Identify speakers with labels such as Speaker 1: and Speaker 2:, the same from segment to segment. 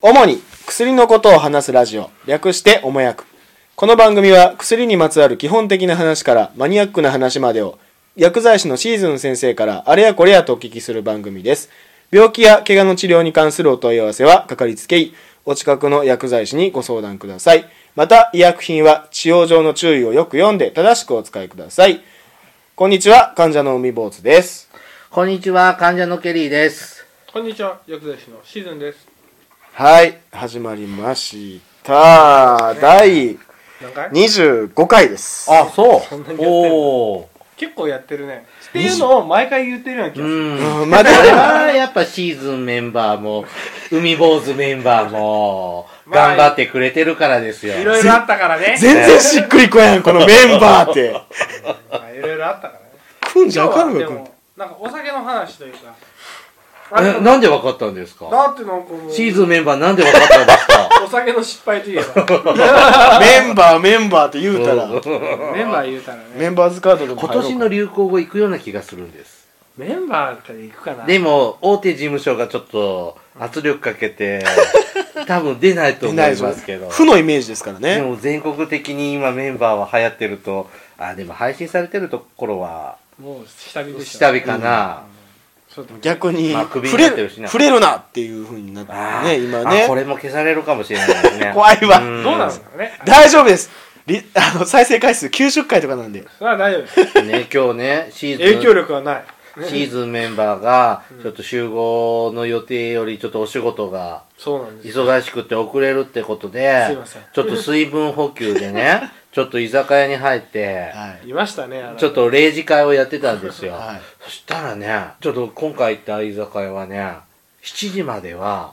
Speaker 1: 主に薬のことを話すラジオ略しておもやくこの番組は薬にまつわる基本的な話からマニアックな話までを薬剤師のシーズン先生からあれやこれやとお聞きする番組です病気や怪我の治療に関するお問い合わせはかかりつけ医お近くの薬剤師にご相談くださいまた医薬品は使用上の注意をよく読んで正しくお使いくださいこんにちは患者の海坊主です
Speaker 2: こんにちは、患者のケリーです。
Speaker 3: こんにちは、薬剤師のシーズンです。
Speaker 1: はい始まりました第
Speaker 3: 何回
Speaker 1: 25回です
Speaker 2: あ、そう
Speaker 3: そんなにやってん。の
Speaker 2: おー。
Speaker 3: 結構やってるね。っていうのを毎回言ってるような気
Speaker 2: う
Speaker 3: がする。
Speaker 2: ん。
Speaker 1: うんまあでも
Speaker 2: それはやっぱシーズンメンバーも、海坊主メンバーも、
Speaker 3: ま
Speaker 2: 頑
Speaker 3: あ
Speaker 2: 張ってくれてるからですよ。
Speaker 3: いろいろあったからね。
Speaker 1: 全然しっくりこやんこのメンバーって
Speaker 3: まあいろいろあったからね。
Speaker 1: くんじゃあかんの
Speaker 3: で
Speaker 1: よくん
Speaker 3: も、なんかお酒の話というか。
Speaker 2: えなんでわかったんですか
Speaker 3: だってなんかもう、
Speaker 2: シーズンメンバーなんでわかったんですか
Speaker 3: お酒の失 敗といえば、
Speaker 1: メンバーメンバーって言うたら
Speaker 3: メンバー言うたらね。
Speaker 1: メンバーズカードでも入
Speaker 2: 今
Speaker 1: ろうか
Speaker 2: 年の流行語行くような気がするんです。
Speaker 3: メンバーから行くかな。
Speaker 2: でも、大手事務所がちょっと圧力かけて、多分出ないと
Speaker 1: 出
Speaker 2: 思い
Speaker 1: ない
Speaker 2: ま
Speaker 1: です
Speaker 2: すけど。
Speaker 1: 負のイメージですから
Speaker 2: で
Speaker 1: ね
Speaker 2: も全国的に今メンバーは流行ってると、あ、でも配信されてるところは、
Speaker 3: もう下火でし
Speaker 2: 下
Speaker 3: た。
Speaker 2: 火かな。
Speaker 3: ちょっと
Speaker 1: 逆
Speaker 3: 逆
Speaker 1: に
Speaker 2: まあクビ
Speaker 1: 触
Speaker 2: に
Speaker 1: れ
Speaker 2: なって
Speaker 1: る
Speaker 2: るしな
Speaker 1: 触れるなっていうふうになって
Speaker 2: あ
Speaker 1: ね
Speaker 2: ー
Speaker 1: 今ね
Speaker 2: あこれも消されるかもしれないですね
Speaker 1: 怖いわ
Speaker 2: ん
Speaker 3: どうなんですかね。
Speaker 1: 大丈夫ですり あの再生回数90回とかなんで
Speaker 3: それは大丈夫です。
Speaker 2: ね今日ねシーズン
Speaker 3: 影響力はない。
Speaker 2: シーズンメンバーがちょっと集合の予定よりちょっとお仕事が
Speaker 3: そうなんです。
Speaker 2: 忙しくて遅れるってことです
Speaker 3: いません
Speaker 2: ちょっと水分補給で ねちょっと居酒屋に入って
Speaker 1: はい
Speaker 3: いましたね、あの
Speaker 2: ちょっと0時会をやってたんですよ、
Speaker 1: はい
Speaker 2: そしたらねちょっと今回行った居酒屋はね7時までは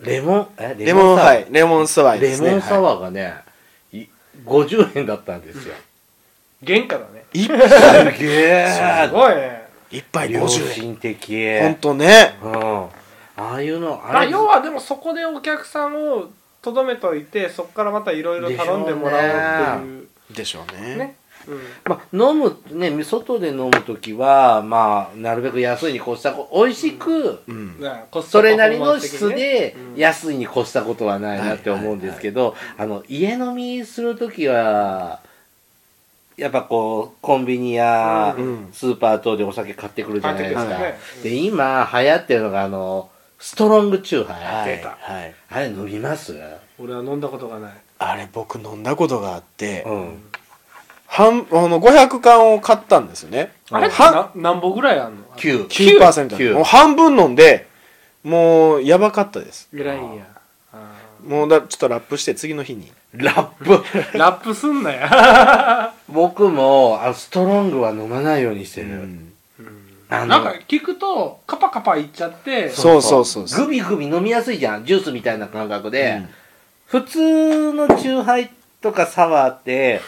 Speaker 2: レモンえ
Speaker 1: レモン
Speaker 2: サワ
Speaker 1: ハ
Speaker 2: ー
Speaker 1: イレモンサワーで
Speaker 2: レ
Speaker 1: すね
Speaker 2: モンサワーがね、い50円だったんですよ。
Speaker 3: 原価だね。
Speaker 1: 一
Speaker 2: すげ
Speaker 3: す
Speaker 2: え
Speaker 3: ごいね。
Speaker 1: 一杯
Speaker 2: 良
Speaker 1: 50円
Speaker 2: 心的。
Speaker 1: 本当ね
Speaker 2: うん。ああいうの、
Speaker 3: ま
Speaker 2: あ
Speaker 3: あ
Speaker 2: れ、
Speaker 3: 要はでもそこでお客さんをとどめといてそこからまたいろいろ頼んでもらおうっていう
Speaker 1: でしょう
Speaker 3: ね
Speaker 1: ね
Speaker 3: うん、
Speaker 2: まあ、飲む、ね、外で飲むときは、まあ、なるべく安いに越したこ、美味しく、
Speaker 1: うん
Speaker 3: だからコスト
Speaker 2: それ
Speaker 3: パフ
Speaker 2: な
Speaker 3: ォ
Speaker 2: り
Speaker 3: ーマ
Speaker 2: の
Speaker 3: ンス的
Speaker 2: 質
Speaker 3: にね
Speaker 2: で
Speaker 3: うん
Speaker 2: 安いに越したことはないなって思うんですけど、あの、家飲みするときは、やっぱこう、コンビニや
Speaker 1: うん
Speaker 2: スーパー等でお酒買ってくるじゃないです
Speaker 1: 買っ
Speaker 2: か
Speaker 3: てくるんです。ね
Speaker 2: で、今流行ってるのが、あの、ストロングチューハ
Speaker 1: は
Speaker 2: イ。
Speaker 1: い
Speaker 3: 出た
Speaker 1: はい
Speaker 2: あれ飲みます
Speaker 3: 俺は飲んだことがない
Speaker 1: あれ僕飲んだことがあって
Speaker 2: うん。
Speaker 1: 半あの500缶を買ったんですよね
Speaker 3: あれって
Speaker 1: 半
Speaker 3: な何本ぐらいあんの
Speaker 2: 9。
Speaker 1: 9%
Speaker 2: 九
Speaker 1: もう半分飲んでもうやばかったです
Speaker 3: ぐらいんやあ
Speaker 1: もうだちょっとラップして次の日に
Speaker 2: ラップ。
Speaker 3: ーラップすん なや、
Speaker 2: 僕も、あのストロングは飲まないようにして
Speaker 1: う
Speaker 2: る。
Speaker 1: ん
Speaker 3: うん
Speaker 2: あの
Speaker 3: なんか聞くとカパカパいっちゃって
Speaker 1: そうそうそうそう
Speaker 2: グビグビ飲みやすいじゃん。ジュースみたいな感覚で。普通のチューハイとかサワーって、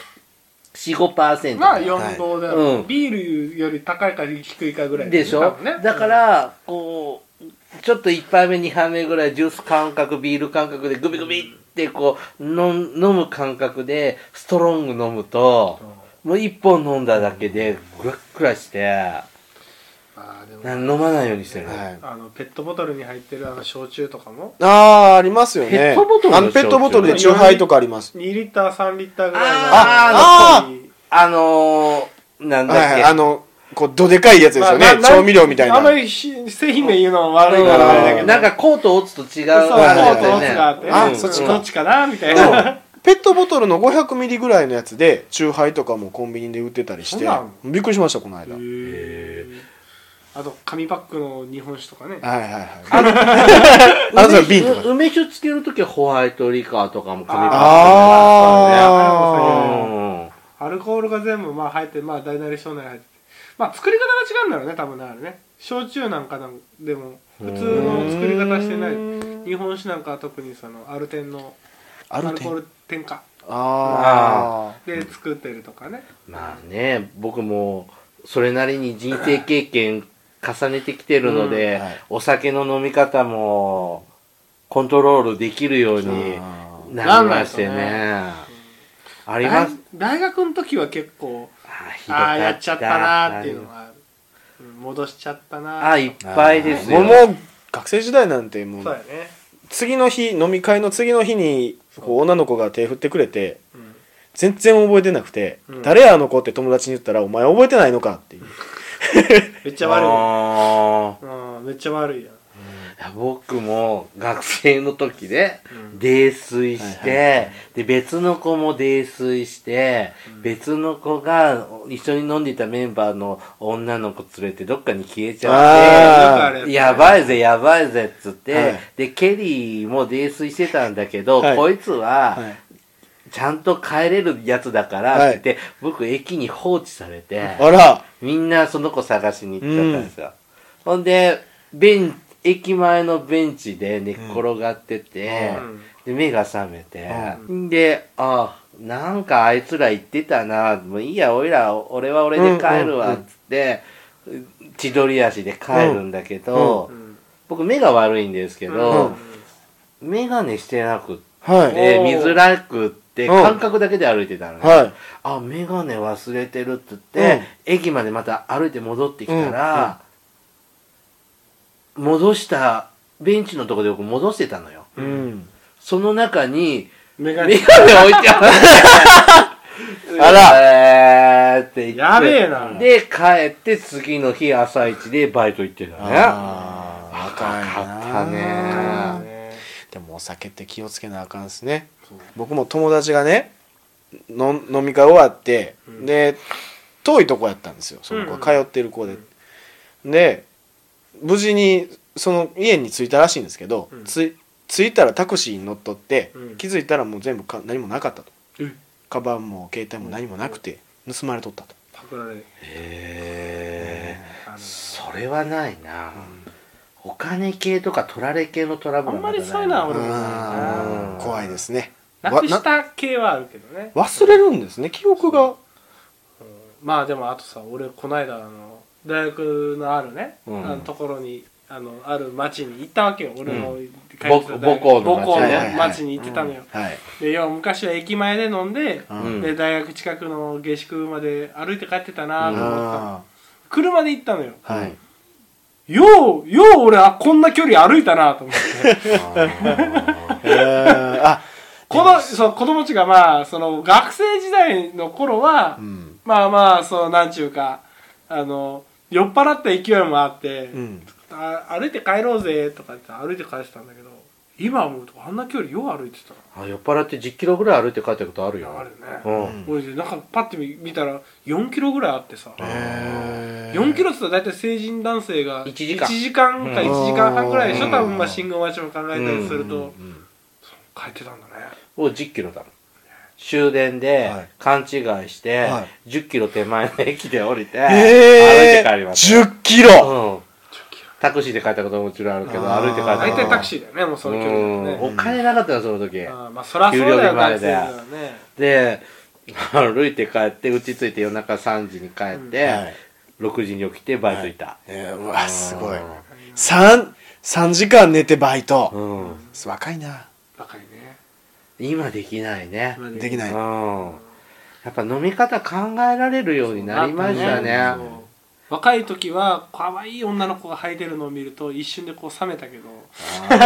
Speaker 2: 4、5%。
Speaker 3: まあ4度で、
Speaker 2: はいうん
Speaker 3: ビールより高いか低いかぐらい
Speaker 2: でし
Speaker 3: 多
Speaker 2: ょ
Speaker 3: 分ね
Speaker 2: だから、こう、ちょっと1杯目、2杯目ぐらい、ジュース感覚、ビール感覚で、グビグビってこう、飲ん飲む感覚で、ストロング飲むと、もう1本飲んだだけで、ぐらっくらして、
Speaker 3: あーでも
Speaker 2: な飲まないようにしてる。
Speaker 1: はい
Speaker 3: あのペットボトルに入ってるあの焼酎とかも
Speaker 1: ああありますよね
Speaker 2: ペットボトルの
Speaker 1: あのペットボトルでチューハイとかあります
Speaker 3: 2リッター3リッターぐらいの
Speaker 1: あー
Speaker 3: 残り
Speaker 2: あのー、なん
Speaker 1: はい
Speaker 2: だっ
Speaker 1: は
Speaker 2: け、
Speaker 1: いあのこうどでかいやつですよね
Speaker 3: まあな
Speaker 1: 調味料みたい
Speaker 3: あんま
Speaker 1: な
Speaker 3: りひ製品名言うのも悪いか
Speaker 1: だ
Speaker 3: らあれだ
Speaker 1: う
Speaker 3: け
Speaker 2: う
Speaker 3: ど
Speaker 2: ん、なんかコートオツと違う
Speaker 3: そうそう
Speaker 1: はいはいはい
Speaker 3: そうそうがあってね
Speaker 1: あ
Speaker 3: うん
Speaker 1: そっちか
Speaker 3: どっちかなみたい
Speaker 1: でも
Speaker 3: な
Speaker 1: ペットボトルの500ミリぐらいのやつでチューハイとかもコンビニで売ってたりし
Speaker 3: そん
Speaker 1: て
Speaker 3: なん
Speaker 1: びっくりしましたこの間はい
Speaker 3: へーあと紙パックの日本酒とかね
Speaker 1: はいはい あのそれ瓶とか
Speaker 2: 梅梅酒つけるときはホワイトリカーとかも紙パック
Speaker 1: あ
Speaker 3: ーアルコールが全部まあ入ってまあ大なり小なり入ってまあ作り方が違うんだろうね多分ねあれね焼酎なんかなんでも普通の作り方してな
Speaker 1: う
Speaker 3: い日本酒なんかは特にそのアルテンのア
Speaker 1: ある
Speaker 3: ルコー
Speaker 1: 点
Speaker 3: ル添加
Speaker 1: ああ
Speaker 3: で作ってるとかね
Speaker 2: まあね僕もそれなりに人生経験重ねてきてるので、
Speaker 1: うんはい
Speaker 2: お酒の飲み方もコントロールできるようになりましてねあります
Speaker 3: 大大学の時は結構
Speaker 2: あひどか
Speaker 3: ああやっちゃったなーっていうのがあるうん戻しちゃったな
Speaker 2: あいっぱいですよ
Speaker 1: もうもう学生時代なんても
Speaker 3: そう
Speaker 1: う
Speaker 3: やね
Speaker 1: 次の日飲み会の次の日にこう女の子が手振ってくれて
Speaker 3: うん
Speaker 1: 全然覚えてなくて「
Speaker 3: うん
Speaker 1: 誰やあの子」って友達に言ったら「お前覚えてないのか」っていう
Speaker 3: めっち
Speaker 2: じ
Speaker 3: ゃ悪い
Speaker 2: あ
Speaker 3: うんめっちゃ悪いやん
Speaker 2: ー僕も学生の時で
Speaker 3: うん
Speaker 2: 泥酔して、
Speaker 1: はい
Speaker 2: で別の子も泥酔して、別の子が一緒に飲んでいたメンバーの女の子連れてどっかに消えちゃっ
Speaker 3: よくあ
Speaker 1: あ
Speaker 3: る
Speaker 1: ー
Speaker 2: てやばいぜやばいぜっつって、
Speaker 1: はい
Speaker 2: でケリーも泥酔してたんだけど、
Speaker 1: はい
Speaker 2: こいつは、
Speaker 1: はい
Speaker 2: ちゃんと帰れるやつだからって言って、僕駅に放置されて、
Speaker 1: あら
Speaker 2: みんなその子探しに行っちゃったんですよ。ほんで、ベン、駅前のベンチで寝っ転がってて、
Speaker 3: うん
Speaker 2: で、目が覚めて、で、あ、なんかあいつら言ってたな、もういいや、おいら、俺は俺で帰
Speaker 1: う
Speaker 2: る
Speaker 1: んうんう
Speaker 2: わ、
Speaker 1: ん
Speaker 2: っつって、千鳥足で帰るんだけど、
Speaker 3: うん
Speaker 2: 僕目が悪いんですけ
Speaker 3: うん
Speaker 2: ど、メガネしてなくっ
Speaker 1: はい
Speaker 2: て、
Speaker 3: おー
Speaker 2: 見づらくって、
Speaker 1: うん
Speaker 2: 感覚だけで歩いてたのね。
Speaker 1: はい
Speaker 2: あ、メガネ忘れてるって言って、駅までまた歩いて戻ってきたら、戻した、ベンチのとこで僕戻してたのよ。
Speaker 1: うん
Speaker 2: その中に、
Speaker 3: メガ
Speaker 2: メ
Speaker 3: ネ
Speaker 2: ガネ置いて ある
Speaker 1: あ
Speaker 2: らえーって言って。
Speaker 3: やべえな
Speaker 2: で、帰って次の日朝一でバイト行ってたね。
Speaker 1: ああ
Speaker 2: 若いな
Speaker 1: かった
Speaker 2: 若い
Speaker 1: ね
Speaker 3: ね
Speaker 1: でもお酒って気をつけなあかんですね
Speaker 3: そう
Speaker 1: 僕も友達がねの飲み会終わって、
Speaker 3: うん
Speaker 1: で遠いとこやったんですよその子
Speaker 3: うん
Speaker 1: が通ってる子で、で無事にその家に着いたらしいんですけど、
Speaker 3: うん
Speaker 1: つい着いたらタクシーに乗っとって、
Speaker 3: うん
Speaker 1: 気づいたらもう全部か何もなかったと
Speaker 3: え
Speaker 1: カバンも携帯も何もなくて盗まれとったと
Speaker 3: パクられる
Speaker 2: へ
Speaker 3: あの
Speaker 2: ー。それはないな。お金系とか取られ系のトラブル
Speaker 3: あんまりそういうのは
Speaker 1: う
Speaker 3: 俺もない
Speaker 1: ー
Speaker 2: うん
Speaker 1: ん怖いですね
Speaker 3: な
Speaker 1: わ
Speaker 3: くした系はあるけどね
Speaker 1: 忘れるんですね記憶が
Speaker 3: まあでもあとさ俺こないだあの大学のあるね、
Speaker 2: うん
Speaker 3: あのところにあのある町に行ったわけよ俺の
Speaker 2: う
Speaker 3: 帰ってた大学
Speaker 2: 母母校の町
Speaker 3: 母校
Speaker 1: はいはいは
Speaker 3: の
Speaker 1: い
Speaker 3: 町に行ってたのよ、
Speaker 1: はい、
Speaker 3: で要は昔は駅前で飲んで、
Speaker 1: う
Speaker 2: うん
Speaker 3: で大学近くの下宿まで歩いて帰ってたなと思ってたの、
Speaker 1: あ
Speaker 3: 車で行ったのよ
Speaker 1: ーはい
Speaker 3: ようよう俺はこんな距離歩いたなと 思って
Speaker 1: えーあ
Speaker 3: このそう子供たちがまあその学生時代の頃は、
Speaker 1: うん
Speaker 3: まあまあそのなんちゅうかあの酔っ払った勢いもあって、
Speaker 1: うん
Speaker 3: あ歩いて帰ろうぜとか言って歩いて帰ってたんだけど今はもうあんな距離よう歩いてた
Speaker 2: あ酔っ払って10キロぐらい歩いて帰ったことあるよ
Speaker 3: なあるよね、
Speaker 2: うん、
Speaker 3: 俺なんかパッて見たら4キロぐらいあってさ、
Speaker 1: えー
Speaker 3: 4キロって言ったら大体成人男性が
Speaker 2: 1時間
Speaker 3: 1時間か1時間半ぐらいでしょ
Speaker 1: うん
Speaker 3: 多分まあ信号待ちも考えたりすると、
Speaker 2: うんうんうん
Speaker 3: 帰ってたんだね
Speaker 2: を10キロだもん終電で
Speaker 1: はい
Speaker 2: 勘違いして、
Speaker 1: は
Speaker 2: 10キロ手前の駅で降りて、
Speaker 1: えー、
Speaker 2: 歩いて帰りました
Speaker 1: 10キロ、
Speaker 2: うん、タクシーで帰ったことももちろんあるけど
Speaker 1: あー
Speaker 2: 歩いて帰った
Speaker 1: あー
Speaker 3: 大体タク
Speaker 2: シ
Speaker 3: シーだよねもうそ
Speaker 2: ー
Speaker 3: の距離だ
Speaker 2: う
Speaker 3: と
Speaker 2: ん、お
Speaker 3: ね
Speaker 2: 金なかったよその時
Speaker 3: あーまあそりゃそう
Speaker 2: 給
Speaker 3: だ
Speaker 2: 料日
Speaker 3: よ
Speaker 2: 前で
Speaker 3: 男性だよね
Speaker 2: で 歩いて帰ってうち着いて夜中3時に帰って、
Speaker 1: はい
Speaker 2: 6時に起きてバイト行った、
Speaker 1: えーうわすごい
Speaker 2: うん
Speaker 1: 3三時間寝てバイト、
Speaker 2: うん、
Speaker 1: 若いな
Speaker 3: 若いね
Speaker 2: 今できないね、
Speaker 3: 今
Speaker 1: できない、
Speaker 2: うんやっぱ飲み方考えられるようになりましたね
Speaker 3: そう若い時は可愛い女の子が履いてるのを見ると一瞬でこう冷めたけど 今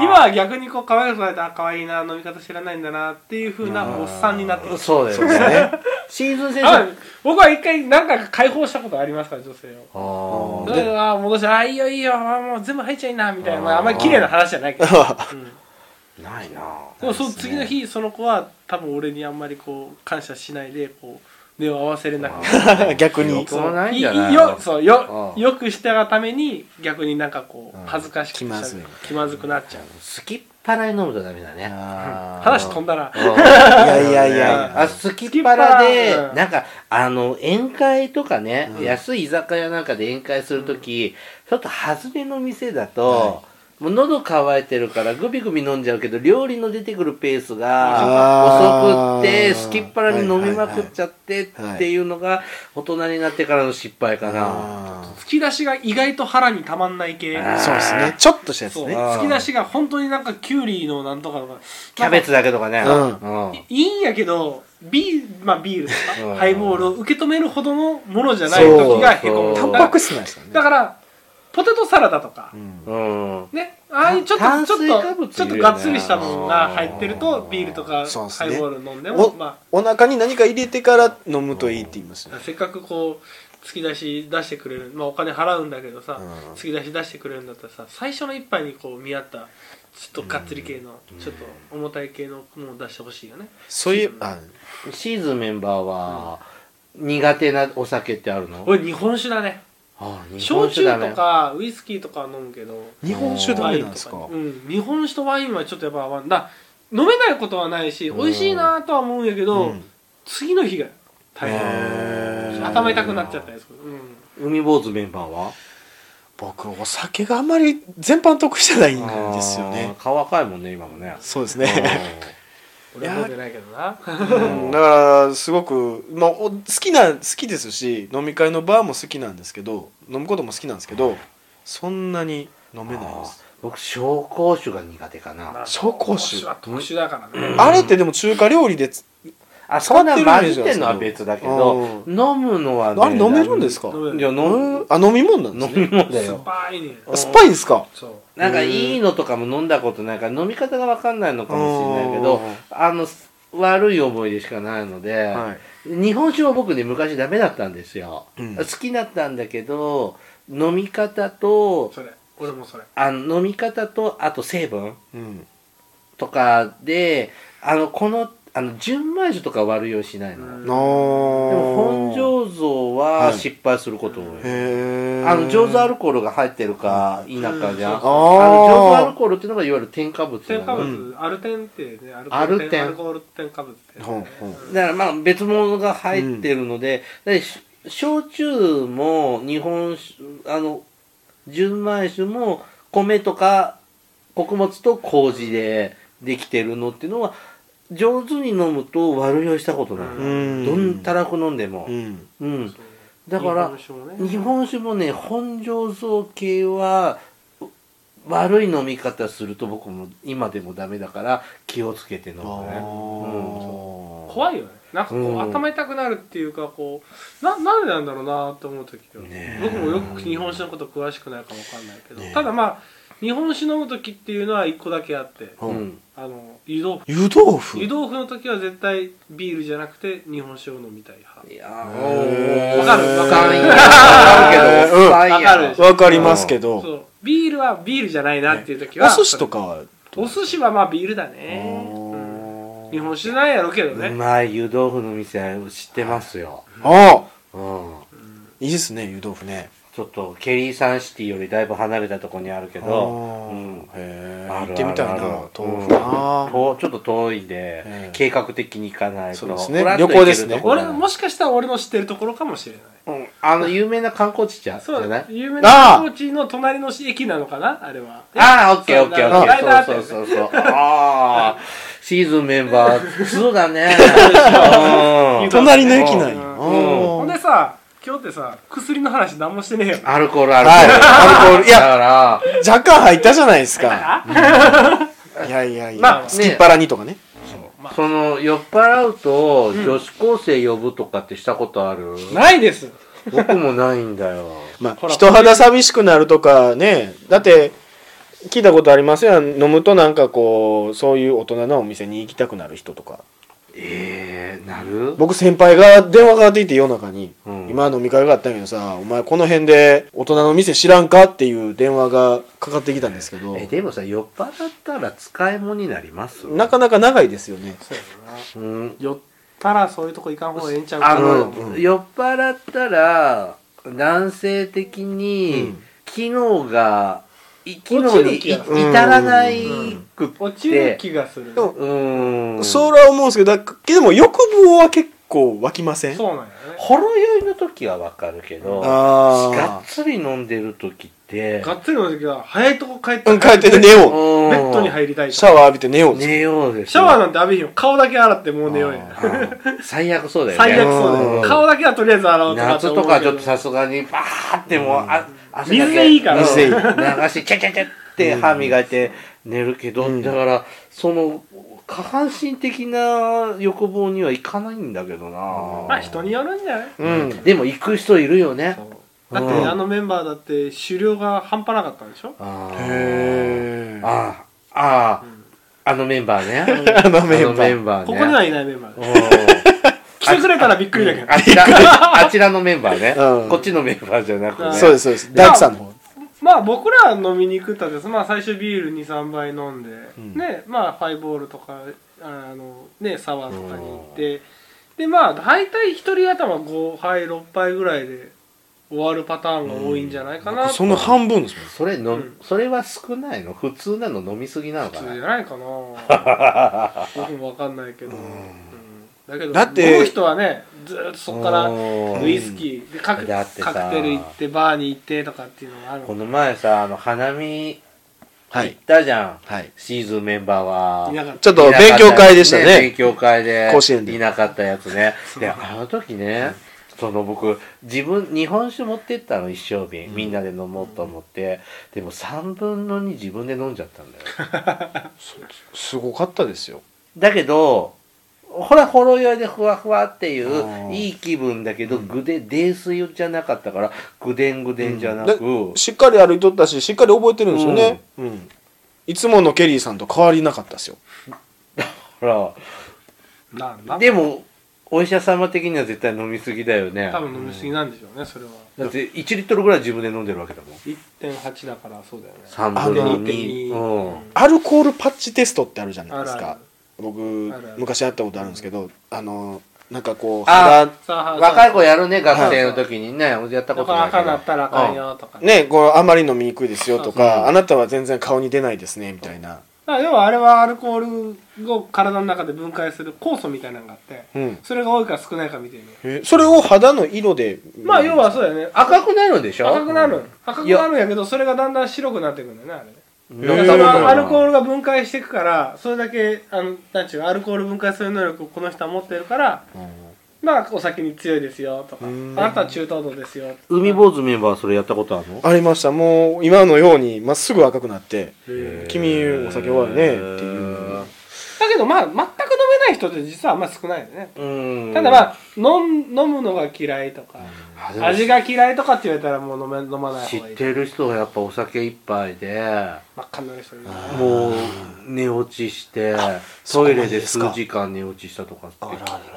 Speaker 2: 今
Speaker 3: は逆にこう可愛くされたあ可愛いな飲み方知らないんだなっていう風なおっさんになってきた
Speaker 2: そうだよ
Speaker 1: そうです
Speaker 2: ね
Speaker 1: ね
Speaker 2: シーズン先
Speaker 3: あ
Speaker 2: 生
Speaker 3: 僕は一回何回か解放したことありますから女性を
Speaker 2: あー
Speaker 1: うん
Speaker 3: だか
Speaker 2: で
Speaker 3: ら戻して「あいいよいいよあもう全部入っちゃいな」みたいなまあ、
Speaker 2: あー
Speaker 3: あんまり綺麗な話じゃないけど、 うん
Speaker 2: ないな
Speaker 3: でもその次の日その子は多分俺にあんまりこう感謝しないでこう目を合わせれなくて
Speaker 1: 逆に
Speaker 2: そもないん
Speaker 3: い
Speaker 2: じゃない
Speaker 3: いよそうよ
Speaker 2: うん
Speaker 3: よくしたがために逆になんかこ
Speaker 1: うん
Speaker 3: う恥ずかしく
Speaker 1: 気まずい
Speaker 3: しちゃう気まずくなっちゃう
Speaker 2: 好きっ腹に飲むとダメだね
Speaker 1: 話
Speaker 3: 話飛んだな
Speaker 1: いやいやいや
Speaker 2: あ好きっ腹で
Speaker 3: 好きっ腹うん
Speaker 2: なんかあの宴会とかね、
Speaker 1: うん
Speaker 2: 安い居酒屋なんかで宴会するとき、ちょっと外れの店だと、もう喉乾いてるからグビグビ飲んじゃうけど料理の出てくるペースが
Speaker 1: あー
Speaker 2: 遅くってすきっ腹に飲みまくっちゃって
Speaker 1: はいはいはい
Speaker 2: っていうのが大人になってからの失敗かな、
Speaker 1: あ
Speaker 3: 突き出しが意外と腹にたまんない系
Speaker 1: ー
Speaker 2: あ
Speaker 1: そうですねちょっとしたやつ
Speaker 3: そう
Speaker 1: ね
Speaker 2: あー
Speaker 3: 突き出しが本当になんかキュウリのなんとかとか
Speaker 2: キャベツだけとかね、
Speaker 1: うん
Speaker 2: うん
Speaker 3: いいいんやけどビー,、まあ、ビールと
Speaker 2: うん
Speaker 3: かハイボールを受け止めるほどのものじゃない時がへこ
Speaker 2: そう
Speaker 3: む
Speaker 1: タ
Speaker 2: そう
Speaker 1: ンパク質なんですよね
Speaker 3: だからポテトサラダとか、
Speaker 1: うん
Speaker 2: うん
Speaker 3: ねああいうちょっ
Speaker 2: 炭
Speaker 3: とちょ
Speaker 2: 水化物い
Speaker 3: っと
Speaker 2: るよね
Speaker 3: ちょっとがっつりしたのが入ってるとビールとか
Speaker 1: そうです
Speaker 3: ハ
Speaker 1: ね
Speaker 3: イボール飲んでも、
Speaker 1: お
Speaker 3: ま
Speaker 1: お腹に何か入れてから飲むといいって言いますよ
Speaker 3: あ、せっかくこう突き出し出してくれる、まあ、お金払うんだけどさ、
Speaker 1: うん
Speaker 3: 突き出し出してくれるんだったらさ最初の一杯にこう見合ったちょっとがっつり系の、ちょっと重たい系のものを出してほしいよね
Speaker 1: そういうあ
Speaker 2: シーズンメンバーは、苦手なお酒ってあるの
Speaker 3: 俺日本酒だね
Speaker 2: ああ日本
Speaker 3: 焼
Speaker 2: 酒
Speaker 3: 酎
Speaker 2: だね
Speaker 3: とかウイスキーとかは飲むけど
Speaker 1: 日本酒ダメなんです
Speaker 3: ワイン
Speaker 1: か
Speaker 3: とにうん、日本酒とワインはちょっとやっぱ合わんだ飲めないことはないし美味しいなとは思うんやけど、
Speaker 1: うん
Speaker 3: 次の日が大
Speaker 1: へ
Speaker 3: 変
Speaker 1: ー
Speaker 3: 頭痛くなっちゃったりする、うん、
Speaker 2: 海坊主メンバーは
Speaker 1: 僕お酒があんまり全般得意じゃないんですよ
Speaker 2: ああ
Speaker 1: ね
Speaker 2: 顔赤いもんね今もね
Speaker 1: そうですね
Speaker 3: 俺は飲んでないけどな
Speaker 1: うんだからすごく、まあ、お好きな好きですし飲み会のバーも好きなんですけど飲むことも好きなんですけどそんなに飲めないです
Speaker 2: 僕紹興酒が苦手かな
Speaker 1: 紹興酒
Speaker 3: は特殊だからね、
Speaker 1: あれってでも中華料理でつ
Speaker 2: あそんな
Speaker 1: 使ってるイ
Speaker 2: 混
Speaker 1: メー
Speaker 2: じ
Speaker 1: ジ
Speaker 2: っ
Speaker 1: なんで
Speaker 2: て
Speaker 1: す
Speaker 2: ん
Speaker 1: け
Speaker 2: の
Speaker 1: ど
Speaker 2: は別だけど飲むのはね
Speaker 1: あれ飲めるんですか
Speaker 3: 飲め
Speaker 2: いや飲む
Speaker 1: あ飲み物なんで
Speaker 2: 飲
Speaker 1: すね
Speaker 2: み物だよ
Speaker 3: スパイね
Speaker 2: ん
Speaker 1: スパイんですか
Speaker 3: そ
Speaker 2: なんかいいのとかも飲んだことないから飲み方が分かんないのかもしれないけ
Speaker 1: う
Speaker 2: ど
Speaker 1: ん
Speaker 2: あの悪い思い出しかないので、
Speaker 1: はい
Speaker 2: 日本酒は僕ね昔ダメだったんですよ、
Speaker 1: うん
Speaker 2: 好きだったんだけど飲み方と
Speaker 3: うそれ俺もそれ
Speaker 2: あの飲み方とあと成分
Speaker 1: うん
Speaker 2: とかであのこのあの純米酒とか悪用しないの、
Speaker 3: うん
Speaker 2: で
Speaker 1: あー
Speaker 2: も本醸造は失敗すること多い、
Speaker 1: へー
Speaker 2: あの醸造アルコールが入ってるか否かじゃん、
Speaker 3: うん
Speaker 2: あの醸造アルコールっていうのがいわゆる添加物
Speaker 3: 添
Speaker 2: な
Speaker 3: 加
Speaker 2: の
Speaker 3: 物、
Speaker 1: う
Speaker 3: アルテンってねアル
Speaker 2: アルテン
Speaker 3: アルコール添加物ってね、
Speaker 1: ほうほう
Speaker 2: だからまあ別物が入ってるので、でし焼酎も日本酒あの純米酒も米とか穀物と麹でできてるのっていうのは上手に飲むと悪酔いしたことない、
Speaker 1: うん
Speaker 2: どんたらく飲んでも
Speaker 1: う、ん
Speaker 2: うん
Speaker 3: そう
Speaker 2: だから
Speaker 3: 日本酒もね
Speaker 2: 日本酒もね本醸造系はう悪い飲み方すると僕も今でもダメだから気をつけて飲むね、うん
Speaker 3: 怖いよねなんかこう、
Speaker 2: うん
Speaker 3: 頭痛くなるっていうかこうななんでなんだろうなと思う時は、
Speaker 2: ねえ
Speaker 3: 僕もよく日本酒のこと詳しくないかわかんないけど、
Speaker 1: ねえ
Speaker 3: ただまあ日本酒飲む時っていうのは一個だけあって
Speaker 1: う
Speaker 2: うんん
Speaker 3: あの湯豆腐
Speaker 1: 湯豆腐
Speaker 3: 湯豆腐の時は絶対ビールじゃなくて日本酒を飲みたい派
Speaker 2: いや
Speaker 1: へ
Speaker 2: ー、
Speaker 1: ー
Speaker 2: わかる、わかる。
Speaker 1: へー
Speaker 2: わかるけど、
Speaker 1: うん
Speaker 2: おっさんや
Speaker 3: わかるでしょ
Speaker 1: わかりますけど
Speaker 3: そうビールはビールじゃないなっていう時は、
Speaker 1: お寿司とかは
Speaker 3: お寿司はまあビールだね、うん日本酒なんやろうけど
Speaker 2: う
Speaker 3: ね
Speaker 2: まい湯豆腐の店知ってますよ。
Speaker 1: ああ
Speaker 2: うん。
Speaker 1: いいですね湯豆腐ね
Speaker 2: ちょっと、ケリーサンシティよりだいぶ離れたところにあるけ
Speaker 1: あ
Speaker 2: ど、
Speaker 1: ー
Speaker 2: うん。
Speaker 1: へえ
Speaker 2: あるあるある
Speaker 1: 行ってみたいな
Speaker 2: うん
Speaker 1: 豆腐な
Speaker 2: とちょっと遠いんで
Speaker 1: うん、
Speaker 2: 計画的に行かないと。
Speaker 1: そうですね
Speaker 2: ふらっと行け
Speaker 1: 旅
Speaker 2: る
Speaker 1: 行ですね
Speaker 2: とこ
Speaker 3: 俺
Speaker 2: だな
Speaker 3: もしかしたら俺の知ってるところかもしれない
Speaker 2: うんあの、有名な観光地じゃじ
Speaker 3: そ
Speaker 2: ゃな
Speaker 3: う
Speaker 2: い、
Speaker 3: 有名な高知の隣の駅なのかなあれは。
Speaker 2: ああ、オッケーオッケーオッケ
Speaker 3: ライ
Speaker 2: ー。
Speaker 3: ダー
Speaker 2: そう
Speaker 3: って
Speaker 2: そうそうそう。ああ、シーズンメンバー、そうだね。うん
Speaker 1: 隣の駅なんや
Speaker 3: う
Speaker 1: あ
Speaker 3: ん
Speaker 1: ー
Speaker 3: ほんでさ、今日ってさ、薬の話何もしてねえよ。
Speaker 2: アルコールアルコール。
Speaker 1: はいアルコールい
Speaker 2: だ
Speaker 1: や
Speaker 2: から、
Speaker 1: 若干入ったじゃないですかいやいやい
Speaker 3: ま
Speaker 1: や
Speaker 3: あ
Speaker 1: すきっ腹にとかね
Speaker 2: その酔っ払うと女子高生呼ぶとかってしたことある、
Speaker 3: ないです。
Speaker 2: 僕もないんだよ
Speaker 1: ま
Speaker 3: ほ
Speaker 1: あ
Speaker 3: ら
Speaker 1: 人肌寂しくなるとかねだって聞いたことありますよ飲むとなんかこうそういう大人なお店に行きたくなる人とか
Speaker 2: ええなる
Speaker 1: 僕先輩が電話かかってきて夜中に、
Speaker 2: うん
Speaker 1: 今飲み会があったんやけどさお前この辺で大人の店知らんかっていう電話がかかってきたんですけど
Speaker 2: えでもさ酔っ払ったら使い物になります
Speaker 1: なかなか長いですよね
Speaker 3: そうやな。
Speaker 2: うん
Speaker 3: 酔ったらそういうとこ行かん方がええんちゃう
Speaker 2: あ
Speaker 3: か
Speaker 2: の、
Speaker 3: な。
Speaker 2: 酔っ払ったら男性的
Speaker 1: う
Speaker 2: に
Speaker 1: ん
Speaker 2: 機能がい機能
Speaker 3: 落ち
Speaker 2: に
Speaker 3: る
Speaker 2: い
Speaker 3: 気が
Speaker 2: 至らないくって
Speaker 3: 落ちる気がする。
Speaker 1: でも
Speaker 2: うん
Speaker 1: それは思うんですけどだけども欲望は結構湧きません
Speaker 3: そうなんやね。
Speaker 2: ほろ酔いの時はわかるけどが
Speaker 1: あ
Speaker 2: っつり飲んでる時って
Speaker 3: がっつりの時は、早いとこ帰っ
Speaker 1: あ
Speaker 3: て、
Speaker 1: 帰って寝
Speaker 2: ベ
Speaker 1: よ
Speaker 3: ベッドに入りた
Speaker 1: う
Speaker 3: い。
Speaker 1: シャワー浴びて寝よう
Speaker 2: 寝ようです
Speaker 3: シャワーなんて浴びひんよ。顔だけ洗ってもう寝よう
Speaker 1: あ
Speaker 3: や。
Speaker 2: ー最悪そうだよね
Speaker 3: 最悪そうだよ
Speaker 2: ん。
Speaker 3: 顔だけはとりあえず洗おうとかって
Speaker 2: 夏
Speaker 3: 思
Speaker 2: と
Speaker 3: うけど。
Speaker 2: かはちょっとさすがにバーってもう、あ汗だけ
Speaker 3: 水でいいから
Speaker 2: うん
Speaker 1: 水でいい
Speaker 2: 流してチャチャチャって歯磨いて寝るけど、
Speaker 1: うん
Speaker 2: だからその下半身的な欲望にはいかないんだけどな、
Speaker 3: まあ人によるんじゃない
Speaker 1: うん
Speaker 2: でも行く人いるよね
Speaker 3: そうだってあのメンバーだって狩猟が半端なかったんでしょ
Speaker 2: あ
Speaker 1: へー
Speaker 2: ーあーあーあのメンバーね
Speaker 1: あのメンバー
Speaker 2: あのメンバーね
Speaker 3: ここにはいないメンバー
Speaker 2: お
Speaker 3: だ
Speaker 2: ー
Speaker 3: 来てくれたらびっくりだけど
Speaker 2: あちらあちらのメンバーね、
Speaker 1: うん
Speaker 2: こっちのメンバーじゃなくて、ね、
Speaker 1: そうですそうです大工さんの方
Speaker 3: まあ僕ら飲みに行くったんですまあ最初ビール23杯飲んで、ねまあハイボールとかあのねサワーとかに行ってでまあ大体一人頭5杯6杯ぐらいで終わるパターンが多いんじゃないかなと
Speaker 1: その半分ですもん
Speaker 2: それの、
Speaker 3: うん
Speaker 2: それは少ないの普通なの飲みすぎなの
Speaker 3: 普
Speaker 2: か
Speaker 3: 通じゃ
Speaker 2: な
Speaker 3: ないかな僕も分かんないけど、うんだけど
Speaker 1: だって
Speaker 3: 飲む人はねずーっとそこから
Speaker 2: うん
Speaker 3: ウイスキーでカク
Speaker 2: だってさ
Speaker 3: カクテル行ってバーに行ってとかっていうのがある
Speaker 2: この前さあの花見
Speaker 1: は
Speaker 2: 行っ
Speaker 1: い
Speaker 2: たじゃん、
Speaker 1: はい
Speaker 2: シーズンメンバーはい
Speaker 3: なかった
Speaker 1: ちょっと勉強会でしたね
Speaker 2: 勉強会で
Speaker 1: 甲子園で
Speaker 2: いなかったやつねであの時ねその僕自分日本酒持ってったの一升瓶みんなで飲もうと思って、でも3分の2自分で飲んじゃったんだよ
Speaker 1: すごかったですよ
Speaker 2: だけどほらほろ酔いでふわふわってい
Speaker 1: あー
Speaker 2: ういい気分だけどぐで泥酔じゃなかったからぐでんぐでんじゃな
Speaker 1: で
Speaker 2: く、
Speaker 1: しっかり歩いとったししっかり覚えてるんですよね、
Speaker 2: うん
Speaker 1: いつものケリーさんと変わりなかったですよ
Speaker 2: ほら
Speaker 3: なんだ
Speaker 2: でもお医者様的には絶対飲みすぎだよね
Speaker 3: 多分飲みすぎなんでしょうねそれは
Speaker 2: だって1リットルぐらい自分で飲んでるわけだもん
Speaker 3: 1.8だからそうだよね
Speaker 2: 3分の
Speaker 3: 2.2
Speaker 2: 2うん
Speaker 1: アルコールパッチテストってあるじゃないです
Speaker 3: あるあ
Speaker 1: か
Speaker 3: る
Speaker 1: 僕
Speaker 3: あるある
Speaker 1: 昔やったことあるんですけどあのなんかこう
Speaker 2: あ
Speaker 1: 肌
Speaker 3: さあ
Speaker 2: 若い子やるね学生の時にねやったこと
Speaker 3: だか
Speaker 2: な
Speaker 3: ら
Speaker 2: いけど
Speaker 3: 赤なったらあかんよとか、
Speaker 1: ねこうあまり飲みにくいですよと
Speaker 2: そう
Speaker 1: かあなたは全然顔に出ないですねみたいな
Speaker 3: だから要はあれはアルコールを体の中で分解する酵素みたいなのがあって、
Speaker 1: うん
Speaker 3: それが多いか少ないか見てるよ
Speaker 1: えそれを肌の色で
Speaker 3: まあ要はそうだよね
Speaker 2: 赤くなるんでしょ
Speaker 3: 赤くなる、赤く
Speaker 2: いや
Speaker 3: なるんやけどそれがだんだん白くなってくるんだよねあれね
Speaker 2: うん
Speaker 1: へー
Speaker 3: だか
Speaker 1: そんなこと
Speaker 3: らアルコー
Speaker 2: ル
Speaker 3: ルが分解していくからそれだけあのなんちゅうかアルコール分解する能力をこの人は持ってるからまあお酒に強いですよとかあ
Speaker 1: うん
Speaker 3: なたは中等度ですよ
Speaker 2: 海坊主メンバーはそれやったことあるの
Speaker 1: ありましたもう今のようにまっすぐ赤くなって「
Speaker 3: へ
Speaker 1: 君お酒弱いね」っていう
Speaker 3: だけどまあ全く飲めない人って実はあんま少ないよね
Speaker 2: うん
Speaker 3: ただまあ飲ん飲むのが嫌いとか、
Speaker 2: あでも
Speaker 3: 味が嫌いとかって言われたらもう飲め飲まない
Speaker 2: 知
Speaker 3: 方
Speaker 2: っ
Speaker 3: がいい
Speaker 2: てる人はやっぱお酒一杯で
Speaker 3: 真っ赤になる人いるね
Speaker 2: もう寝落ちして
Speaker 1: そう
Speaker 2: ト
Speaker 1: なん
Speaker 2: イレで
Speaker 1: です
Speaker 2: 数
Speaker 1: か
Speaker 2: 時間寝落ちしたとかって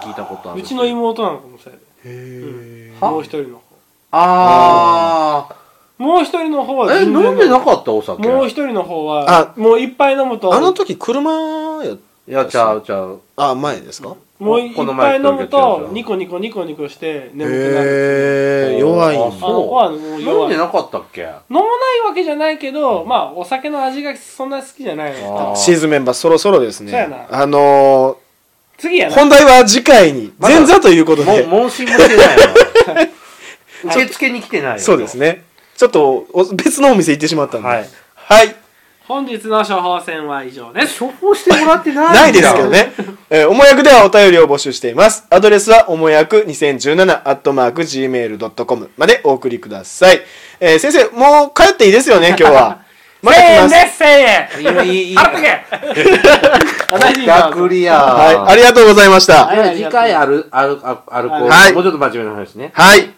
Speaker 2: 聞いたことある
Speaker 3: うちの妹なんかもそうやで
Speaker 1: へ
Speaker 3: もう一人の方
Speaker 2: ああ
Speaker 3: もう一人の方は
Speaker 2: え
Speaker 3: 全然
Speaker 2: 飲んでなかったお酒
Speaker 3: もう一人の方は
Speaker 1: あ
Speaker 3: もう一杯飲むと
Speaker 1: あの時車や
Speaker 2: いやちゃうちゃう
Speaker 1: あ前ですか
Speaker 3: もう一
Speaker 2: この前
Speaker 3: 杯飲むと
Speaker 2: 東京来たやつだ
Speaker 3: ニコニコニコニコして眠くな
Speaker 1: へ
Speaker 3: る
Speaker 1: え弱いん
Speaker 2: あ
Speaker 1: だ
Speaker 3: あの子はもう
Speaker 2: 飲ん
Speaker 3: 弱い
Speaker 2: で
Speaker 3: 飲
Speaker 2: なかったっけ
Speaker 3: まないわけじゃないけどまあお酒の味がそんな好きじゃない
Speaker 2: あ
Speaker 3: の
Speaker 2: ー
Speaker 1: シーズンメンバーそろそろです
Speaker 3: そうや
Speaker 1: ね
Speaker 3: な
Speaker 1: あの
Speaker 3: 次や
Speaker 1: ー
Speaker 3: な
Speaker 1: 本題は次回に
Speaker 2: まだ
Speaker 1: 前座ということ
Speaker 2: も
Speaker 1: で
Speaker 2: 問診もしてない の受付に来てないよ
Speaker 1: そうですねちょっとお別のお店行ってしまったんで
Speaker 2: はい
Speaker 1: はい
Speaker 3: 本日の処方箋は以上です
Speaker 2: 処方してもらってないんだ
Speaker 1: ないですけどね。えー、おもやくではお便りを募集しています。アドレスは、おもやく2017アットマーク gmail.com までお送りください。えー先生、もう帰っていいですよね、今日 は。ま
Speaker 3: 1000
Speaker 1: だ来
Speaker 3: 円
Speaker 1: ま。
Speaker 3: ですす1000円
Speaker 2: いやい いいい
Speaker 3: 払っとけ私に
Speaker 2: ダクリア
Speaker 1: はい、ありがとうございました。
Speaker 2: では次回あるあるあアルコール、
Speaker 1: はい
Speaker 2: もうちょっと真面目な話ね
Speaker 1: はい。